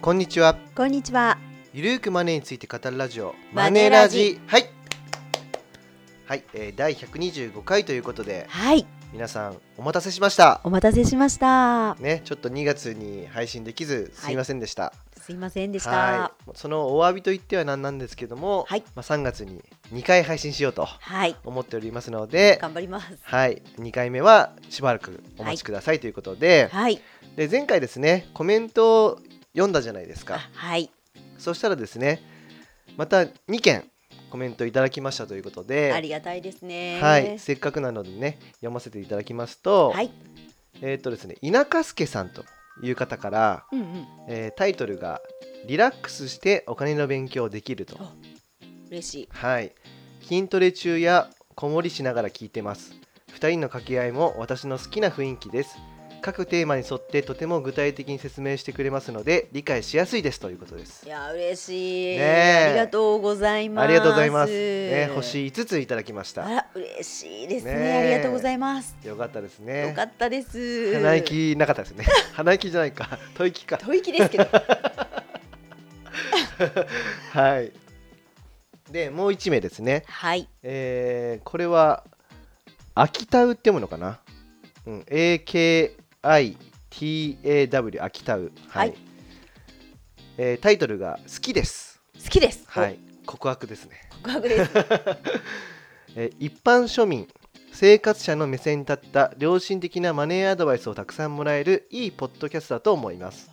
こんにちはこんにちは。ゆるーくマネーについて語るラジオマネラジはいはい、えー、第125回ということではい、皆さんお待たせしましたお待たせしました。ねちょっと2月に配信できずすいませんでした、すいませんでしはた。いそのお詫びと言ってはなんなんですけども、はいまあ、3月に2回配信しようとはい、思っておりますので頑張ります。はい2回目はしばらくお待ちくださいということで,、はい、で前回ですねコメントを読んだじゃないですかあはい、そしたらですねまた2件コメントいただきましたということでありがたいですね。はい、せっかくなのでね読ませていただきますと、はい、えーっとですね稲賀助さんという方から、うんうん、えータイトルが「リラックスしてお金の勉強できるとあ」嬉しい。はい筋トレ中やこもりしながら聞いてます2人の掛け合いも私の好きな雰囲気です各テーマに沿ってとても具体的に説明してくれますので理解しやすいですということですいや嬉しい、ねえありがとうございます。ありがとうございます。ね、星5ついただきましあた。ら嬉しいですねねえありがとうございます。よかったですよねか。ったです。鼻息なかったです ね。鼻息じゃないか、吐息か。吐息です けど。はい。で、もう一名ですね。はい、えーこれは秋田うってものかな。うん、A. K. I. T. A. W. 秋田う。はい。はいえータイトルが好きです。好きです。はい。告白ですね。お。告白です。えー一般庶民生活者の目線に立った良心的なマネーアドバイスをたくさんもらえるいいポッドキャストだと思います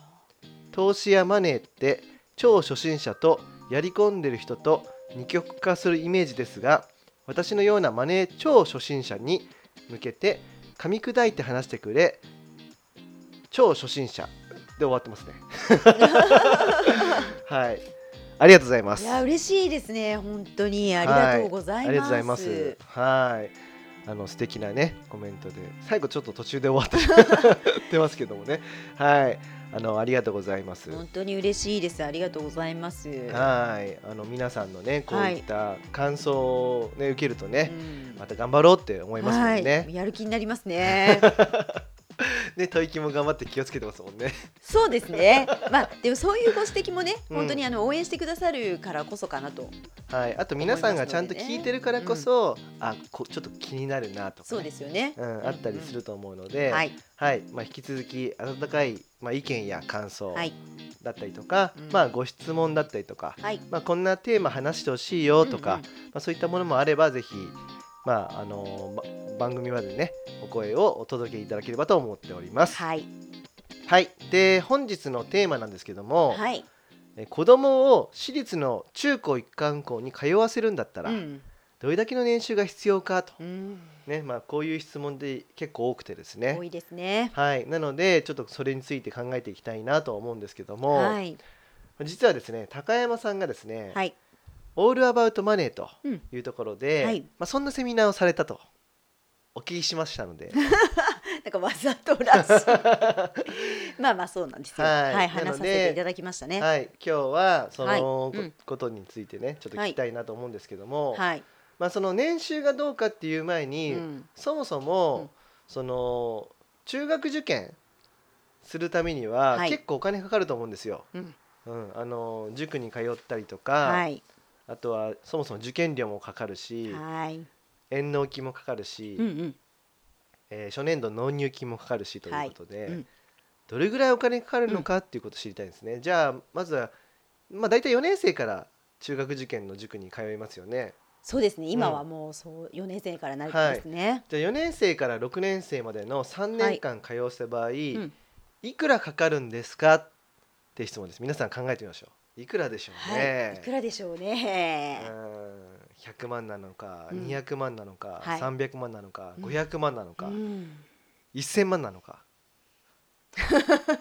投資やマネーって超初心者とやり込んでる人と二極化するイメージですが私のようなマネー超初心者に向けて噛み砕いて話してくれ超初心者で終わってますね はいありがとうございますいや嬉しいですね本当にありがとうございます。ありがとうございます。はい。あの素敵なねコメントで最後ちょっと途中で終わってってますけどもね。はい。あのありがとうございます。本当に嬉しいです。ありがとうございます。はい。あの皆さんのねこういった感想をね受けるとね、うんまた頑張ろうって思いますもんはね。い、やる気になりますね。 ね吐息も頑張って気をつけてますもんね。そうですね。まあでもそういうご指摘もね、うん本当にあの応援してくださるからこそかなと。はい。あと皆さんがちゃんと聞いてるからこそ、あこちょっと気になるなとか、ね。そうですよね。うん、あったりすると思うので、うんうん。はいはい、まあ、引き続き温かい、まあ、意見や感想はいだったりとか、うんまあ、ご質問だったりとか、はい。まあ、こんなテーマ話してほしいよとか、うんうんまあ、そういったものもあればぜひ、まああのーま番組までねお声をお届けいただければと思っております。はい、はいで本日のテーマなんですけども、はい。え子供を私立の中高一貫校に通わせるんだったら、うんどれだけの年収が必要かと、うん。ねまあ、こういう質問で結構多くてですね。多いですね。はい、なのでちょっとそれについて考えていきたいなと思うんですけども、はい実はですね高山さんがですね「はいオールアバウトマネー」とうんいうところで、はいまあ、そんなセミナーをされたとお聞きしましたのでなんかわざとらし いまあまあそうなんですよはいはいなので話させていただきましたねははい、今日はそはいのこうんことについてねちょっと聞きたいなと思うんですけども、いまあ、その年収がどうかっていう前に、うんそもそも、うんその中学受験するためには、はい結構お金かかると思うんですよ。うんうん、あの塾に通ったりとか、はいあとはそもそも受験料もかかるしはい遠納金もかかるし、うんうんえー初年度納入金もかかるしということで、うんどれぐらいお金かかるのかっていうことを知りたいですね、じゃあまずは、まあ、大体4年生から中学受験の塾に通いますよねそうですね。今うんはもうそう四年生からなるですね。じゃあ4年生から6年生までの3年間通わせた場合、いうんくらかかるんですかって質問です皆さん考えてみましょういくらでしょうはい。ね、いくらでしょうね。うん100万なのか、うん200万なのか、はい300万なのか、うん500万なのうか、ん、 1000万なのか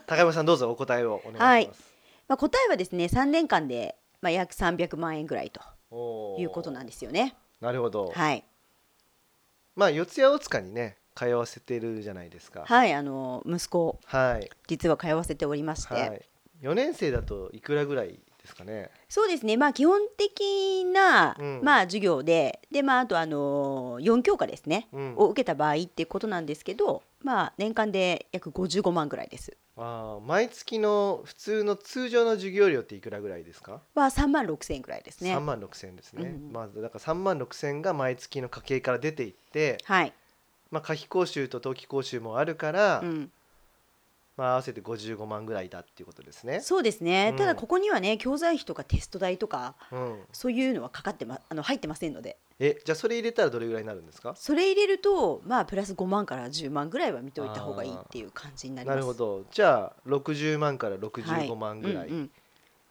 高山さんどうぞお答えをお願いします、はいまあ答えはですね、三年間でまあ約三百万円ぐらいとおーいうことなんですよね。なるほど、はい。まあ四谷大塚にね通わせてるじゃないですかはい。あの息子をはい実は通わせておりまして、はい、4年生だといくらぐらいですかねそうですね。まあ基本的な、うんまあ授業で、でまああとあの四教科ですね、うんを受けた場合っていうことなんですけど、まあ年間で約55万ぐらいですあー毎月の普通の通常の授業料っていくらぐらいですか、は3万6千円ぐらいですね3万6千ですね、うんまあ、だから3万6千が毎月の家計から出ていって、はい、まあ、夏季講習と冬季講習もあるから、うん、まあ、合わせて55万ぐらいだっていうことですね。そうですね、うんただここにはね教材費とかテスト代とかうん、そういうのはかかってまあの入ってませんのでえじゃあそれ入れたらどれぐらいになるんですかそれ入れるとまあプラス5万から10万ぐらいは見ておいた方がいいっていう感じになりまなするほどじゃあ60万からはい65万ぐらいうんうん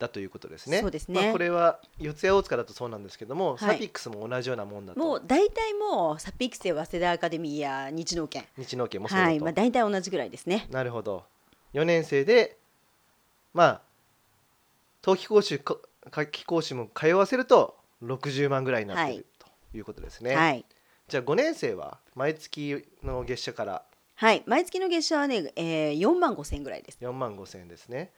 だということですね。そうですねまあ、これは四谷大塚だとそうなんですけども、はいサピックスも同じようなもんだともう大体もうサピックスや早稲田アカデミーや日農研日農研もそうだと、はい、まあ、大体同じぐらいですねなるほど4年生でまあ冬季講習か夏季講習も通わせると60万ぐらいになってる、はいということですね、はいじゃあ5年生は毎月の月謝からはい、毎月の月謝はね、えー、4万5千ぐらいです。 4万5千円ですね、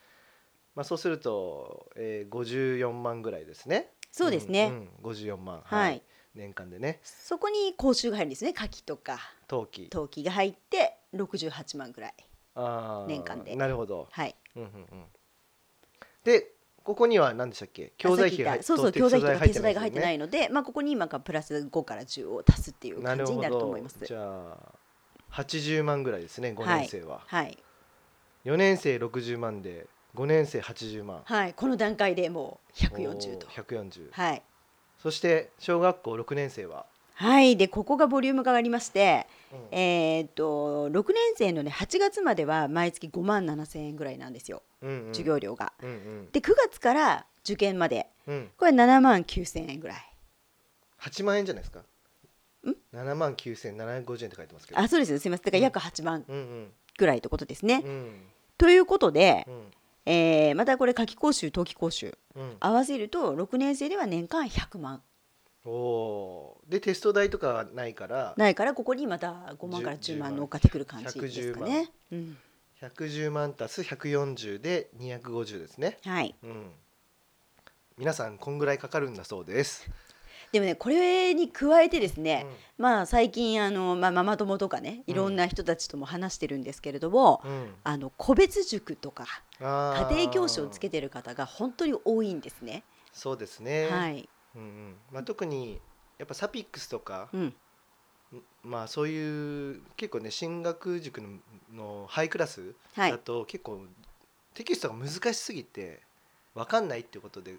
まあ、そうすると、えー、54万ぐらいですねそうですね。んうん、54万はい年間でねそこに講習が入るんですね。夏季とか冬季冬季が入って68万ぐらい。あー年間でなるほど、はい。うんうんうん、でここには何でしたっけ教材費があさっき言入ったそうそとう教材費とかテスト代が入入っっててなないいので、まあここに今からプラス5から10を足すっていうな感るじにほなると思どいます。じゃあ80万ぐらいですね5はい年生は、はい、 4年生60万で5年生80万はい、この段階でもう140とお。ー140、はい。そして小学校6年生は、はい、でここがボリュームがありまして、うんえーっと6年生のね8月までは毎月5万7千円ぐらいなんですようんうん授業料が。うんうんで9月から受験までうん、これ7万9千円ぐらい。 8万円じゃないですか7万9750円って書いてますけどあ、そうです。すみません。だから約8万うんうんぐらいってことですね。うんということでう、んえーまたこれ夏季講習、冬季講習うん合わせると6年生では年間100万おーでテスト代とかはないからないからここにまた5万から10 10万万乗っかってくる感じですかね。うん、 110万足す140で250ですねはい。うん皆さんこんぐらいかかるんだそうです、でもねこれに加えてですね、うまあ最近あのまあママ友とかねいろんな人たちとも話してるんですけれども、んうん、あの個別塾とかあー家庭教師をつけてる方が本当に多いんですね。そうですね、はい。うんうんまあ、特にやっぱサピックスとか、うん。まあそういう結構ね進学塾ののハイクラスはいだ。と結構テキストが難しすぎて分かんないっていうことで家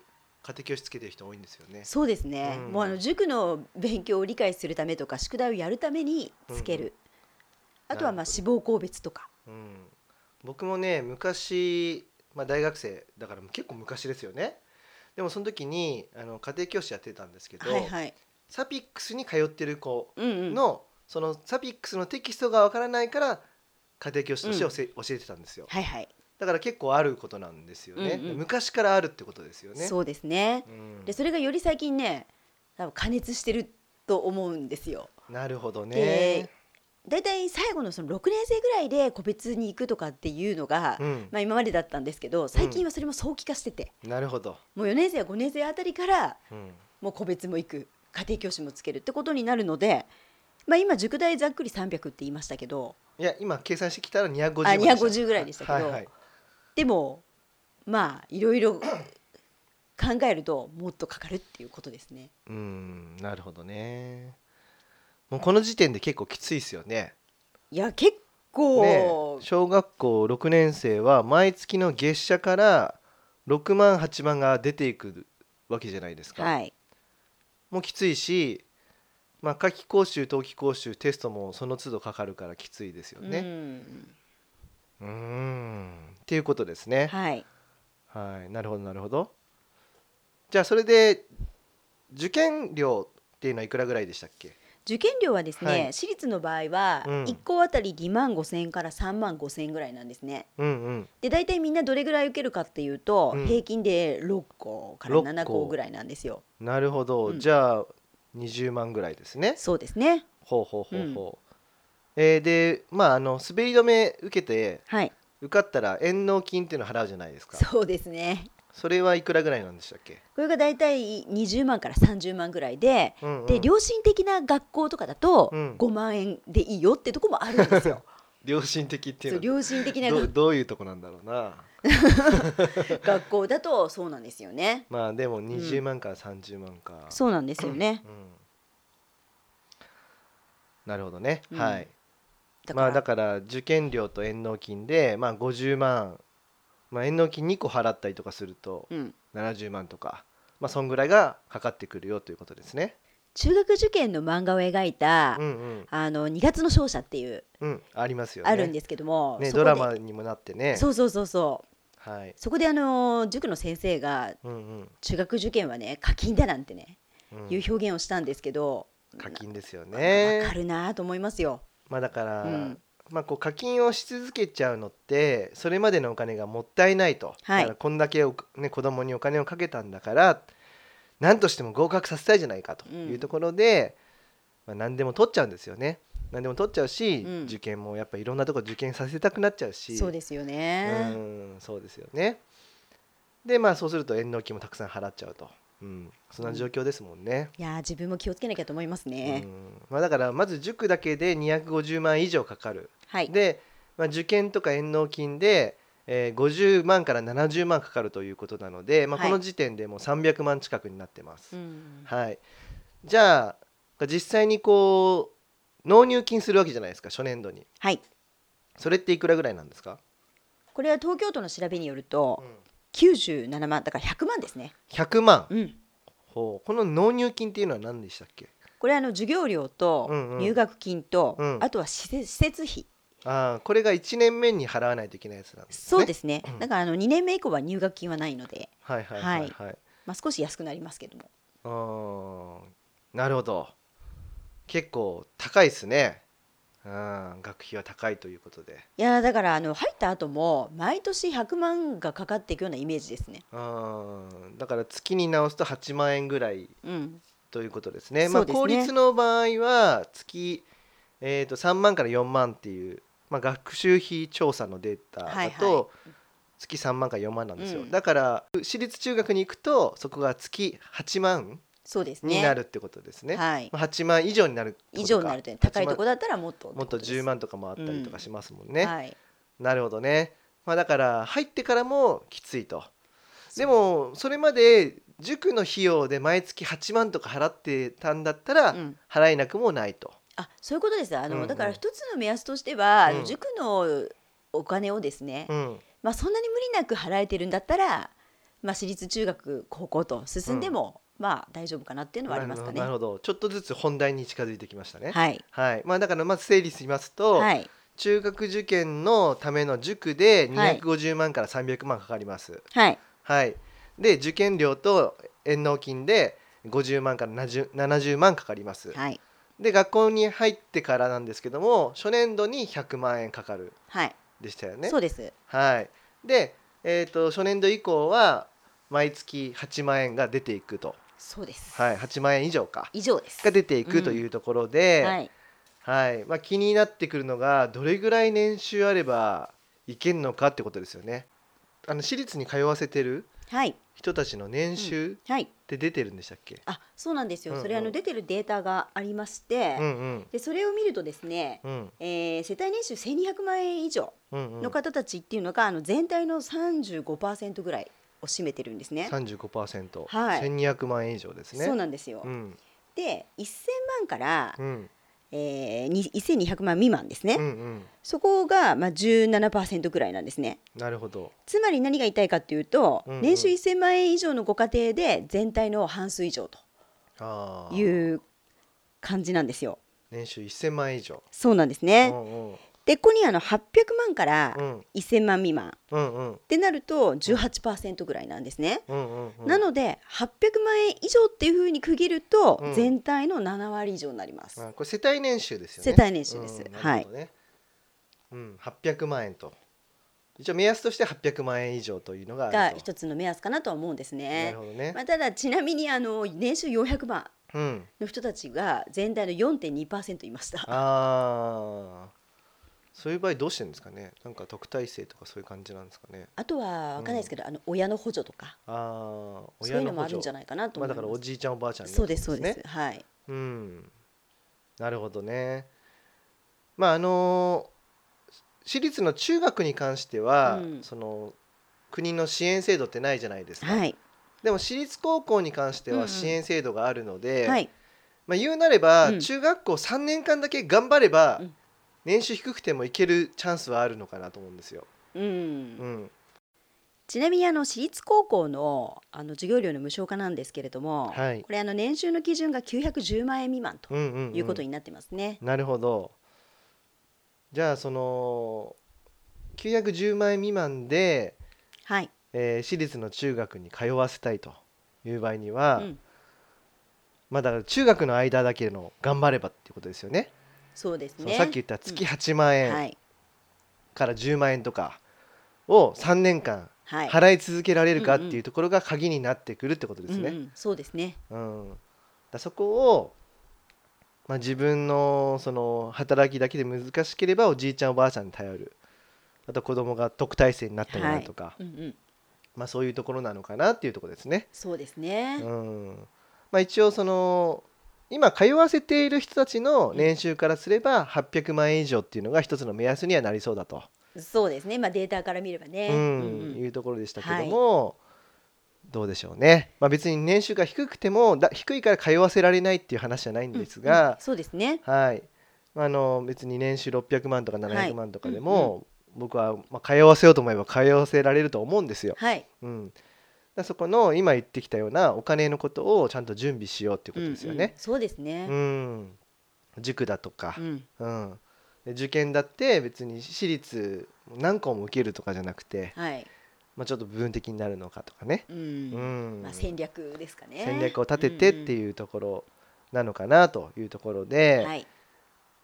庭教師つけてる人多いんですよね。そうですね、うんもうあの塾の勉強を理解するためとか宿題をやるためにつける、あとはなまあるほど志望校別とかうん、僕もね昔、まあ、大学生だから結構昔ですよね。でもその時にあの家庭教師やってたんですけど、はいはいサピックスに通ってる子うんうんはの、そのサピックスのテキストがわからないから家庭教師として教え,、教えてたんですよいはい、だから結構あることなんですよね、うんうん昔からあるってことですよねそうですねう、んでそれがより最近ね多分加熱してると思うんですよ。なるほどねで、だいたい最後のその6年生ぐらいで個別に行くとかっていうのが、うんまあ、今までだったんですけど最近はそれも早期化してて、なるほど、もう4年生や5年生あたりからうんもう個別も行く家庭教師もつけるってことになるので、まあ、今塾代ざっくり300って言いましたけどいや今計算してきたら250あまでした250ぐらいでしたけどはいはいでもまあいろいろ考えるともっとかかるっていうことですね。うんなるほどねもうこの時点で結構きついですよねいや結ね構、小学校6年生は毎月の月謝から6万8万が出ていくわけじゃないですか、はいもうきついし、まあ、夏季講習冬季講習テストもその都度かかるからきついですようね。んうーんっていうことですね。はいはい、なるほどなるほど。じゃあそれで受験料っていうのはいくらぐらいでしたっけ受験料はですね、はい私立の場合はうん1校あたり2万5千円から3万5千円ぐらいなんですね。うんうんで大体みんなどれぐらい受けるかっていうと、うん平均で6校から六7校校ぐらいなんですよ。なるほど、うんじゃあ20万ぐらいですね。そうですねほうほうほうほう。えーでまああの滑り止め受けてはい受かったら遠納金っていうの払うじゃないですか。そうですねそれはいくらぐらいなんでしたっけ、これが大体20万から30万ぐらいで、うんうんで良心的な学校とかだとうん 5万円でいいよってとこもあるんですよ。良心的っていそううの良心的なはどどういうとこなんだろうな学校だとそうなんですよね。まあでも20万から30万か、そうなんですよね。うんなるほどね、うんはいだからまあだから受験料と遠納金でまあ50万まあ、遠納金2個払ったりとかするとうん、 70万とか、まあ、そんぐらいがかかってくるよということですね。中学受験の漫画を描いた、うんうんあの2月の勝者っていう、うん、ありますよね。あるんですけども、ねそドこでラマにもなってね。そうそうそうそうはい。そこであの塾の先生がうんうん中学受験はね課金だなんてね、うんいう表現をしたんですけど課金ですよわねか。るなと思いますよ。まあだから、うんまあこう課金をし続けちゃうのってそれまでのお金がもったいないと。はだいからこんだけおね子供にお金をかけたんだから、なんとしても合格させたいじゃないかというところで、まあ何でも取っちゃうんですよね。何でも取っちゃうし、うん受験もやっぱいろんなとこ受験させたくなっちゃうし。そうですよね。うんそうですよね。でまあそうすると遠納金もたくさん払っちゃうと、うん、そんな状況ですもんね。いやー自分も気をつけなきゃと思いますうんね。まあ、だからまず塾だけで250万以上かかる、はい。で、まあ、受験とか遠納金で、えー50万から70万かかるということなので、まあ、はこいの時点でもう300万近くになってます。うはいんじゃあ実際にこう納入金するわけじゃないですか初年度に。はい。それっていくらぐらいなんですか、これは東京都の調べによるとう、ん97万だから100万ですね。 100万、うん。ほうこの納入金っていうのは何でしたっけこれあの授業料うんうとん入学金と、うんあとは施設施設費。ああこれが1年目に払わないといけないやつなんですねそうですすねうん。だからあの2年目以降は入学金はないので、はいはいはいはい、まあ少し安くなりますけども。あーなるほど結構高いですねうん学費は高いということでいやーだからあの入った後も毎年100万がかかっていくようなイメージですね。あーだから月に直すと8万円ぐらいうん。ということですね。まそあ、うですね公立の場合は月、えー、と3万から4万っていう、まあ、学習費調査のデータはだいはと月3万から4万なんですよ、うんだから私立中学に行くとそこが月8万そうですね。になるってことですね。はい。まあ8万以上になるってことか以上になるとね高いとこ8だったらもっと万もっと10万とかもあったりとかしますもんね。はい。なるほどね、まあ、だから入ってからもきついと。でもそれまで塾の費用で毎月8万とか払ってたんだったら、うん払えなくもないと。あそういうことですあの、うんうんだから一つの目安としては、うん塾のお金をですね、うん、まあ、そんなに無理なく払えてるんだったら、まあ、私立中学高校と進んでも、まあ大丈夫かなっていうのはありますかねなる。ほど、ちょっとずつ本題に近づいてきましたね。はい、はい、まあだからまず整理しますと、はい中学受験のための塾ではい250万から300万かかります。はいはい。で受験料と遠納金で50万から70 70万かかります。はいで学校に入ってからなんですけども、初年度に100万円かかるはいでしたよねそ。うですはい。で、えっ、と初年度以降は毎月8万円が出ていくと。そうです、はい、8万円以上か以上です。が出ていくというところで、はい、はいまあ、気になってくるのがどれぐらい年収あればいけるのかってことですよね。あの私立に通わせてるはい人たちの年収はい、って出てるんでしたっけ、あそうなんですよ、うんうんそれあの出てるデータがありまして、うん、うんでそれを見るとですね、うんえー世帯年収1200万円以上うんうんの方たちっていうのが、あの全体の35%ぐらいを占めてるんですね。 35%、はい1200万円以上ですね。そうなんですよ。うんで1,000万から、うんえー、に1,200万未満ですね、うんうんそこが、まあ、17%ぐらいなんですね。なるほど。つまり何が言いたいかっていうと、うんうん年収1,000万円以上のご家庭で全体の半数以上とあーいう感じなんですよ。年収1000万円以上。そうなんですうね。んうんでここにあの800万からうん1,000万未満っうんうんてなると18%ぐらいなんですね。うんうんうんなので800万円以上っていうふうに区切ると、うん全体の7割以上になります。あこれ世帯年収ですよね。世帯年収でうすんなるほどねうん、800万円と。一応目安として800万円以上というのがあがると。一つの目安かなとは思うんですなねる。ほどねま。あ、ただちなみにあの年収400万うん。の人たちが全体の4.2%いました。ああ。そういう場合どうしてるんですかね。なんか特待生とかそういう感じなんですかね。あとは分かんないですけど、あの親の補助とかああ、そういうのも補あるんじ助ゃないかなとまあ思だいます。からおじいちゃんおばあちゃんのやつそうですそうです。ねはい。うん。なるほどね。まああのー私立の中学に関しては、うんその国の支援制度ってないじゃないですか、はいでも私立高校に関してうんうはん支援制度があるので、はいまあ、言うなれば、うん中学校3年間だけ頑張れば、うん年収低くてもいけるチャンスはあるのかなと思うんですよ。うん、うんちなみにあの私立高校のあの授業料の無償化なんですけれども、はいこれあの年収の基準が910万円未満とうんうんうんいうことになってますね。なるほどじゃあその910万円未満で、はい、えー私立の中学に通わせたいという場合には、うんまあだから中学の間だけの頑張ればっていうことですよね。そうですそのね。さっき言った月8万は円いから10万円とかを3年間はい。払い続けられるかっうんうんていうところが鍵になってくるってことですうんね。うんそうですね。うんだそこを、まあ、自分のその働きだけで難しければおじいちゃんおばあちゃんに頼るあと子供が特待生になったりなとか、うんうん、まあ、そういうところなのかなっていうところですね。そうですね。うんまあ、一応その今通わせている人たちの年収からすれば800万円以上っていうのが一つの目安にはなりそうだと、そうですね。まあデータから見ればね。ううんんうんいうところでしたけども、どうでしょうね、まあ、別に年収が低くてもだ低いから通わせられないっていう話じゃないんですうんうんが、そうですね。はいあの別に年収600万とか700万とかではいも、僕はまあ通わせようと思えば通わせられると思うんですよ。はい。うん、だからそこの今言ってきたようなお金のことをちゃんと準備しようっていうことですようんうんね。そうですうんね。塾だとかう、ん、うんで受験だって別に私立何校も受けるとかじゃなくて、はい。まあ、ちょっと部分的になるのかとかね、う。うんんまあ戦略ですかね。戦略を立ててってういうところなのかなというところんで、うん。はい。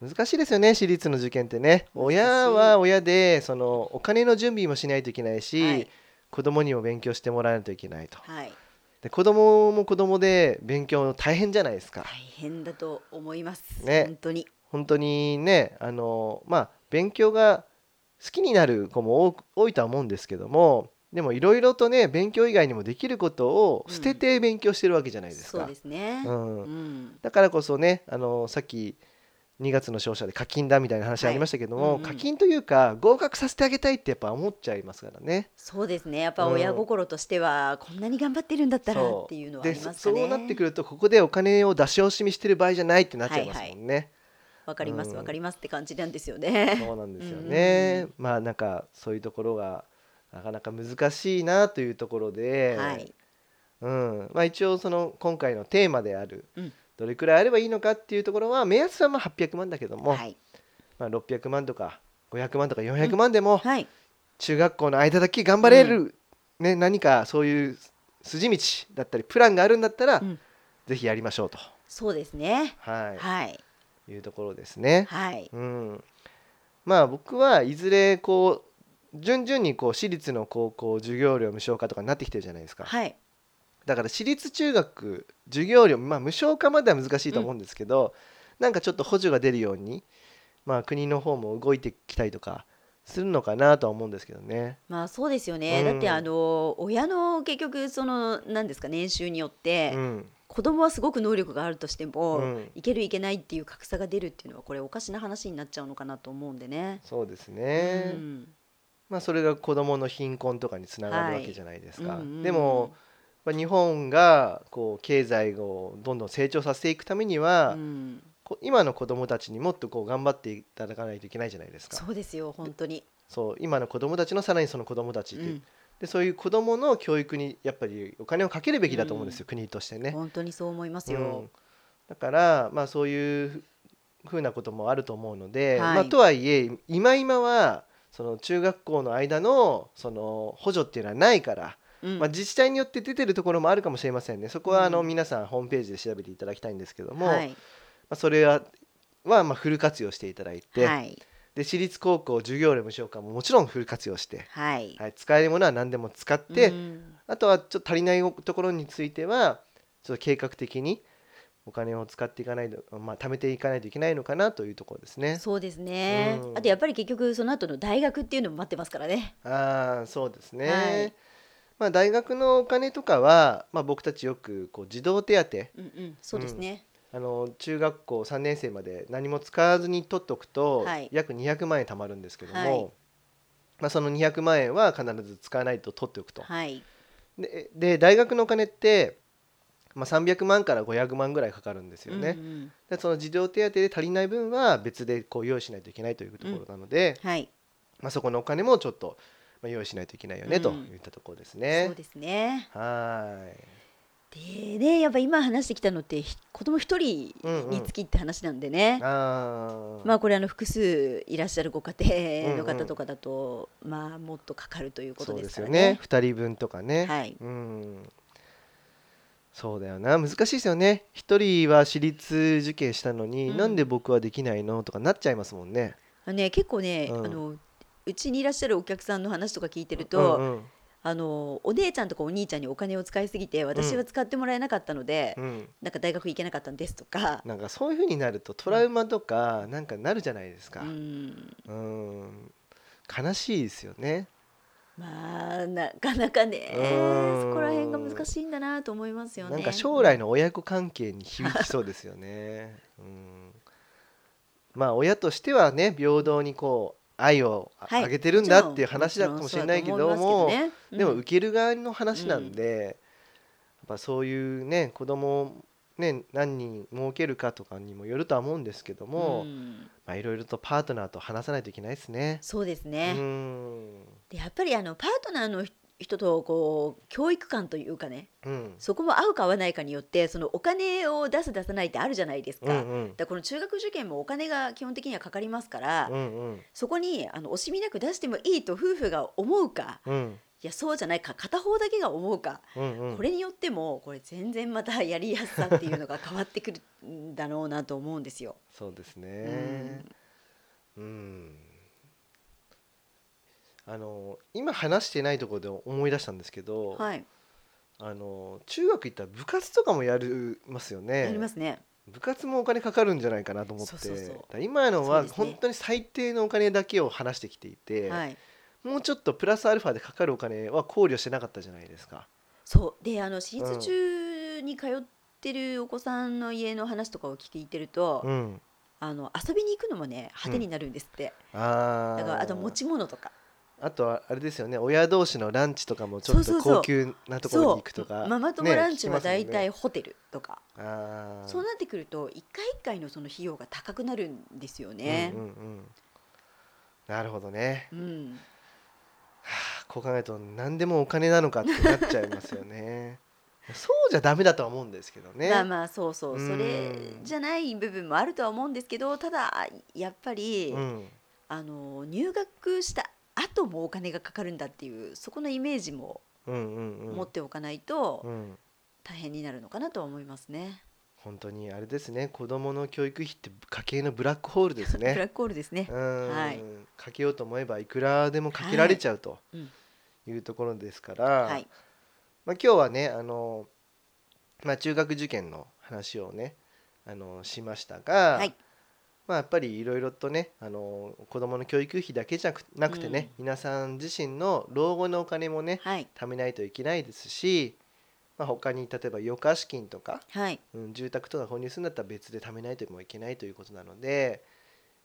難しいですよね私立の受験ってね親は親でそのお金の準備もしないといけないし、はい子供にも勉強してもらわないといけないとはい。で子供も子供で勉強大変じゃないですか大変だと思います。ね本当に。本当にねあのまあ勉強が好きになる子も多く多いとは思うんですけどもでもいろいろとね勉強以外にもできることを捨てて勉強してるわけじゃないですそうかで、すね。うんうん。だからこそねあのさっき2月の勝者で課金だみたいな話ありましたけども、はいうんうん課金というか合格させてあげたいってやっぱ思っちゃいますからね。そうですね。やっぱ親心としては、こんなに頑張ってるんだったらそうっていうのはあでりますかね。そそうなってくるとここでお金を出し惜しみしてる場合じゃないってなっちゃいますもんね。わかりまうすんわかりますって感じなんですよね。そうなんですよね。うんまあなんかそういうところがなかなか難しいなというところで、はい。うんまあ、一応その今回のテーマである、うんどれくらいあればいいのかっていうところは目安はまあ800万だけども、はい。まあ、600万とか500万とか400万でもはい。中学校の間だけ頑張れる、ね、何かそういう筋道だったりプランがあるんだったら、うんぜひやりましょうと、そうですね。はいはい。い、うところですね。はい。うん、まあ僕はいずれこう順々にこう私立の高校授業料無償化とかになってきてるじゃないですか、はい。だから私立中学授業料、まあ、無償化までは難しいと思うんですけど、なんかちょっと補助が出るように、まあ、国の方も動いてきたりとかするのかなとは思うんですけどね。まあそうですよね。うんだってあの親の結局その何ですか年収によっうてん、子供はすごく能力があるとしてうもんいけるいけないっていう格差が出るっていうのはこれおかしな話になっちゃうのかなと思うんでね。そうですうね、んまあ、それが子どもの貧困とかにつながるわけじゃないですか。はいうんうんでも、まあ、日本がこう経済をどんどん成長させていくためには、うんこ今の子どもたちにもっとこう頑張っていただかないといけないじゃないですか。そうですよ本当に。そう今の子どもたちのさらにその子どもたちうっていうんでそういう子どもの教育にやっぱりお金をかけるべきだと思うんですよ、国としてね。本当にそう思いますうよん。だから、まあ、そういうふうなこともあると思うので、はいまあ、とはいえ今今はその中学校の間のその補助っていうのはないから、うんまあ、自治体によって出てるところもあるかもしれませんねそこはあの、うん皆さんホームページで調べていただきたいんですけども、はいまあ、それははまあフル活用していただいて、はいで私立高校授業料無償化ももちろんフル活用して、はい。はい、使えるものは何でも使って、うんあとはちょっと足りないところについてはちょっと計画的にお金を使っていかないと、まあ、貯めていかないといけないのかなというところですね。そうですね、うんあとやっぱり結局その後の大学っていうのも待ってますからねあーそうですね、はいまあ、大学のお金とかは、まあ、僕たちよくこう児童手当うんうんそうですね、あの中学校3年生まで何も使わずに取っておくと、はい約200万円貯まるんですけども、はいまあ、その200万円は必ず使わないと取っておくと。はいでで大学のお金って、まあ、300万から500万ぐらいかかるんですよね。うんうんでその児童手当で足りない分は別でこう用意しないといけないというところなので、はい、まあ、そこのお金もちょっとまあ用意しないといけないよね、うんといったところですねそう。ですね。はーいでねやっぱ今話してきたのってひ子供一人うんうんにつきって話なんでね、あーまあこれあの複数いらっしゃるご家庭の方とかだと、まあもっとかかるということそうでですすかよらねね。 2人分とかね、はい。うんそうだよな難しいですよね一人は私立受験したのに、うんなんで僕はできないのとかなっちゃいますもんね。あのね結構ね、うんあのうちにいらっしゃるお客さんの話とか聞いてると、うんあのお姉ちゃんとかお兄ちゃんにお金を使いすぎて私は使ってもらえなかったので、うんうんなんか大学行けなかったんですとか。なんかそういうふうになるとトラウマとかなんかなるじゃないですうか、んうん、悲しいですよね。まあなかなかねうんそこら辺が難しいんだなと思いますよね。なんか将来の親子関係に響きそうですよ ね。うん、まあ親としてはね平等にこう愛をあ,、はいげてるんだっていう話だかもしれないけども、でも受きける側の話なんで、やっぱそういうね子供をね何人儲けるかとかにもよるとは思うんですけども、まあいろいろとパートナーと話さないといけないですね。そうですうね、ん、でやっぱりあのパートナーの人とこう教育観というかねうん、そこも合うか合わないかによってそのお金を出す出さないってあるじゃないですか。うんうだかんらこの中学受験もお金が基本的にはかかりますから、うんうんそこにあの惜しみなく出してもいいと夫婦が思うかうんいやそうじゃないか片方だけが思うか、うんうんこれによってもこれ全然またやりやすさっていうのが変わってくるんだろうなと思うんですよ。そうですね。うん。あの今話してないところで思い出したんですけど、はい、あの中学行ったら部活とかもやりますよね。やりますね。部活もお金かかるんじゃないかなと思って、そうそうそうだから今のはそうですね本当に最低のお金だけを話してきていて、はい、もうちょっとプラスアルファでかかるお金は考慮してなかったじゃないですか。そうであの私う立ん中に通ってるお子さんの家の話とかを聞いてると、うん。あの遊びに行くのもね派手になるんですって、ああ。だからあと持ち物とかあとはあれですよね親同士のランチとかもちょっそうとそうそう高級なところに行くとかママ友ねランチは聞大きますもんね体ホテルとか、あーそうなってくると一回一回のその費用が高くなるんですよねうん。うんうんなるほどねうんはあこう考えると何でもお金なのかってなっちゃいますよ ねそうじゃダメだとは思うんですけどねまあまあそうそうそれうんじゃない部分もあるとは思うんですけどただやっぱり、うん、あの入学した後もお金がかかるんだっていうそこのイメージもうんうんうん持っておかないとうん大変になるのかなとは思いますね。本当にあれですね子供の教育費って家計のブラックホールです ブラねックホールですね。うん、はいかけようと思えばいくらでもかけられちゃうとうんいうところですから、はい、まあ、今日はねあの、まあ、中学受験の話をねあのしましたが、はいまあ、やっぱりいろいろとねあの子どもの教育費だけじゃなくなくてね、皆さん自身の老後のお金もねはい貯めないといけないですし、まあ、他に例えば余価資金とか、はいうん、住宅とか購入するんだったら別で貯めないともいけないということなので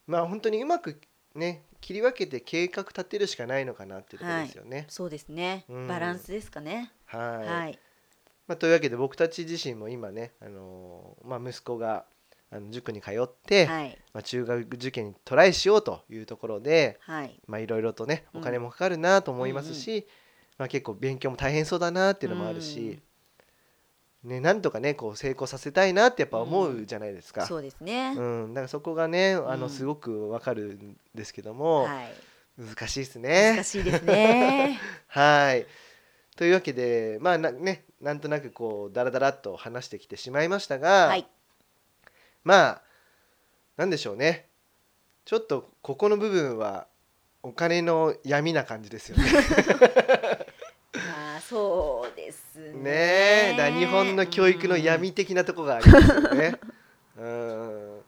まあ本当にうまくね切り分けて計画立てるしかないのかなっていうところですよね。そうですねうんバランスですかね。はいはいまあ、というわけで僕たち自身も今ね、あのーまあ、息子があの塾に通って、はいまあ、中学受験にトライしようというところではいまあいろいろとねうおん金もかかるなと思いますし、まあ、結構勉強も大変そうだなっていうのもあるし、ね、なんとかねこう成功させたいなってやっぱ思うじゃないですか。そうですねう。んだからそこがねあうのんすごくわかるんですけども、はい難しいですね難。しいで すね。はい。というわけで、まあなね、なんとなくこうダラダラっと話してきてしまいましたが、はいまあなんでしょうね。ちょっとここの部分はお金の闇な感じですよね。まあそうですね。ねえ、だ日本の教育の闇的なとこがありますよね。うん。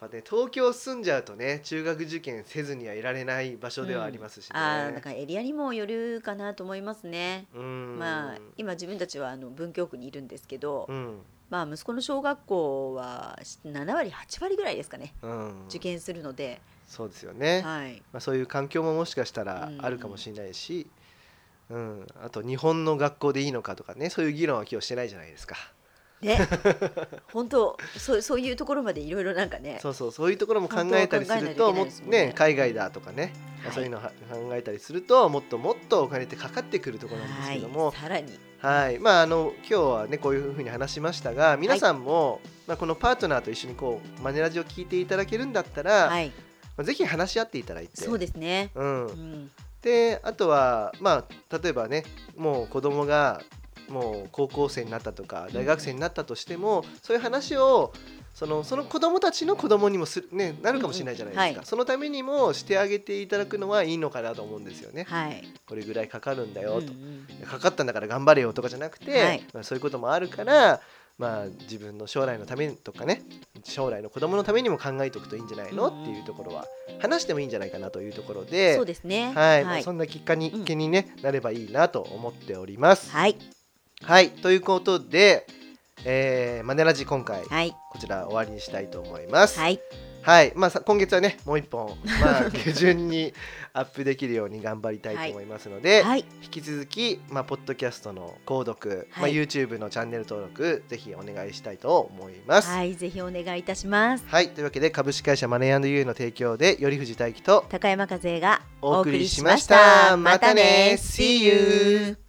ぱね東京住んじゃうとね中学受験せずにはいられない場所ではありますしね。ああだからエリアにもよるかなと思いますね。うんまあ今自分たちはあの文京区にいるんですけど、うんまあ息子の小学校は7割8割ぐらいですかねうん、受験するので、そうですよね、はい、まあ、そういう環境ももしかしたらあるかもしれないし、うんあと日本の学校でいいのかとかねそういう議論は今日してないじゃないですか。 ね本当そうそういうところまでいろいろなんかねそうそうそういうところも考えたりする本当はと考えないといけないもですもんねね海外だとかね、はいそういうのは考えたりするともっともっとお金ってかかってくるところなんですけどもはい、さらにはいまああの今日はねこういうふうに話しましたが皆さんも、まあ、このパートナーと一緒にこうマネラジを聞いていただけるんだったら、はいまあぜひ話し合っていただいて。そうですね、うんうん、であとはまあ例えばねもう子供がもう高校生になったとか大学生になったとしても、そういう話をそのその子供たちの子供にもする、ね、なるかもしれないじゃないですか、うんうんはいそのためにもしてあげていただくのはいいのかなと思うんですよね。はいこれぐらいかかるんだよと、うんうんかかったんだから頑張れよとかじゃなくて、はいまあ、そういうこともあるから、まあ、自分の将来のためとかね将来の子供のためにも考えておくといいんじゃないの、うんうんっていうところは話してもいいんじゃないかなというところでそうですねはい、まはあいそんなきっかにけに、ねなればいいなと思っております。はい、はいということで、えーマネラジ今回、はいこちら終わりにしたいと思います。は、はいいまあさ今月はねもう一本、 まあ、下旬にアップできるように頑張りたいと思いますので、はい引き続き、まあ、ポッドキャストの購読、まはあ、い YouTube のチャンネル登録ぜひお願いしたいと思います。はいはいぜひお願いいたしますというわけで株式会社マネーユーの提供で頼藤大樹と高山和恵がお送りしました。またね !See you!